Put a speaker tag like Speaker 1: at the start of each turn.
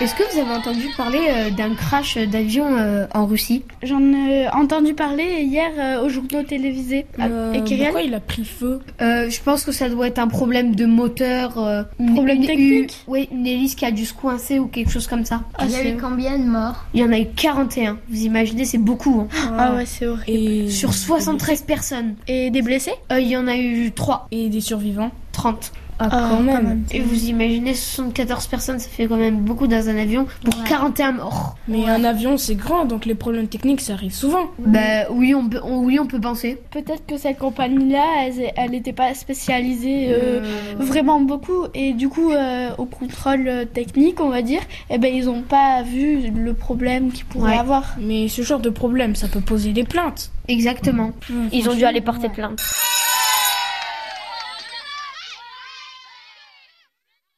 Speaker 1: Est-ce que vous avez entendu parler euh, d'un crash d'avion euh, en Russie
Speaker 2: J'en ai entendu parler hier euh, aux journaux télévisés. Ah,
Speaker 3: Euh,
Speaker 2: et Kyrian
Speaker 3: pourquoi il a pris feu
Speaker 1: Euh, Je pense que ça doit être un problème de moteur. euh, une-
Speaker 2: Problème
Speaker 1: une-
Speaker 2: technique
Speaker 1: une- Oui, une hélice qui a dû se coincer ou quelque chose comme ça.
Speaker 2: Ah,
Speaker 4: Il y a
Speaker 2: c'est-
Speaker 4: eu combien de morts
Speaker 1: Il y en a eu 41. Vous imaginez, c'est beaucoup. hein.
Speaker 2: Ah ouais, c'est horrible.
Speaker 3: Et...
Speaker 1: Sur 73 personnes,
Speaker 2: Et des blessés
Speaker 1: euh, il y en a eu 3,
Speaker 3: Et des survivants
Speaker 1: 30.
Speaker 3: Ah,
Speaker 2: Ah,
Speaker 3: quand même.
Speaker 1: Et vous imaginez, 74 personnes, ça fait quand même beaucoup dans un avion pour
Speaker 4: Ouais.
Speaker 1: 41 morts.
Speaker 3: Mais un avion, c'est grand, donc les problèmes techniques, ça arrive souvent.
Speaker 1: Bah oui, on peut, on- oui, on peut penser.
Speaker 2: Peut-être que cette compagnie-là, elle- elle n'était pas spécialisée euh, vraiment beaucoup. Et du coup, euh, au contrôle euh, technique, on va dire, eh ben, ils n'ont pas vu le problème qu'ils pourraient
Speaker 1: Ouais.
Speaker 2: avoir.
Speaker 3: Mais ce genre de problème, ça peut poser des plaintes.
Speaker 1: Exactement. Ils ont dû aller porter plainte.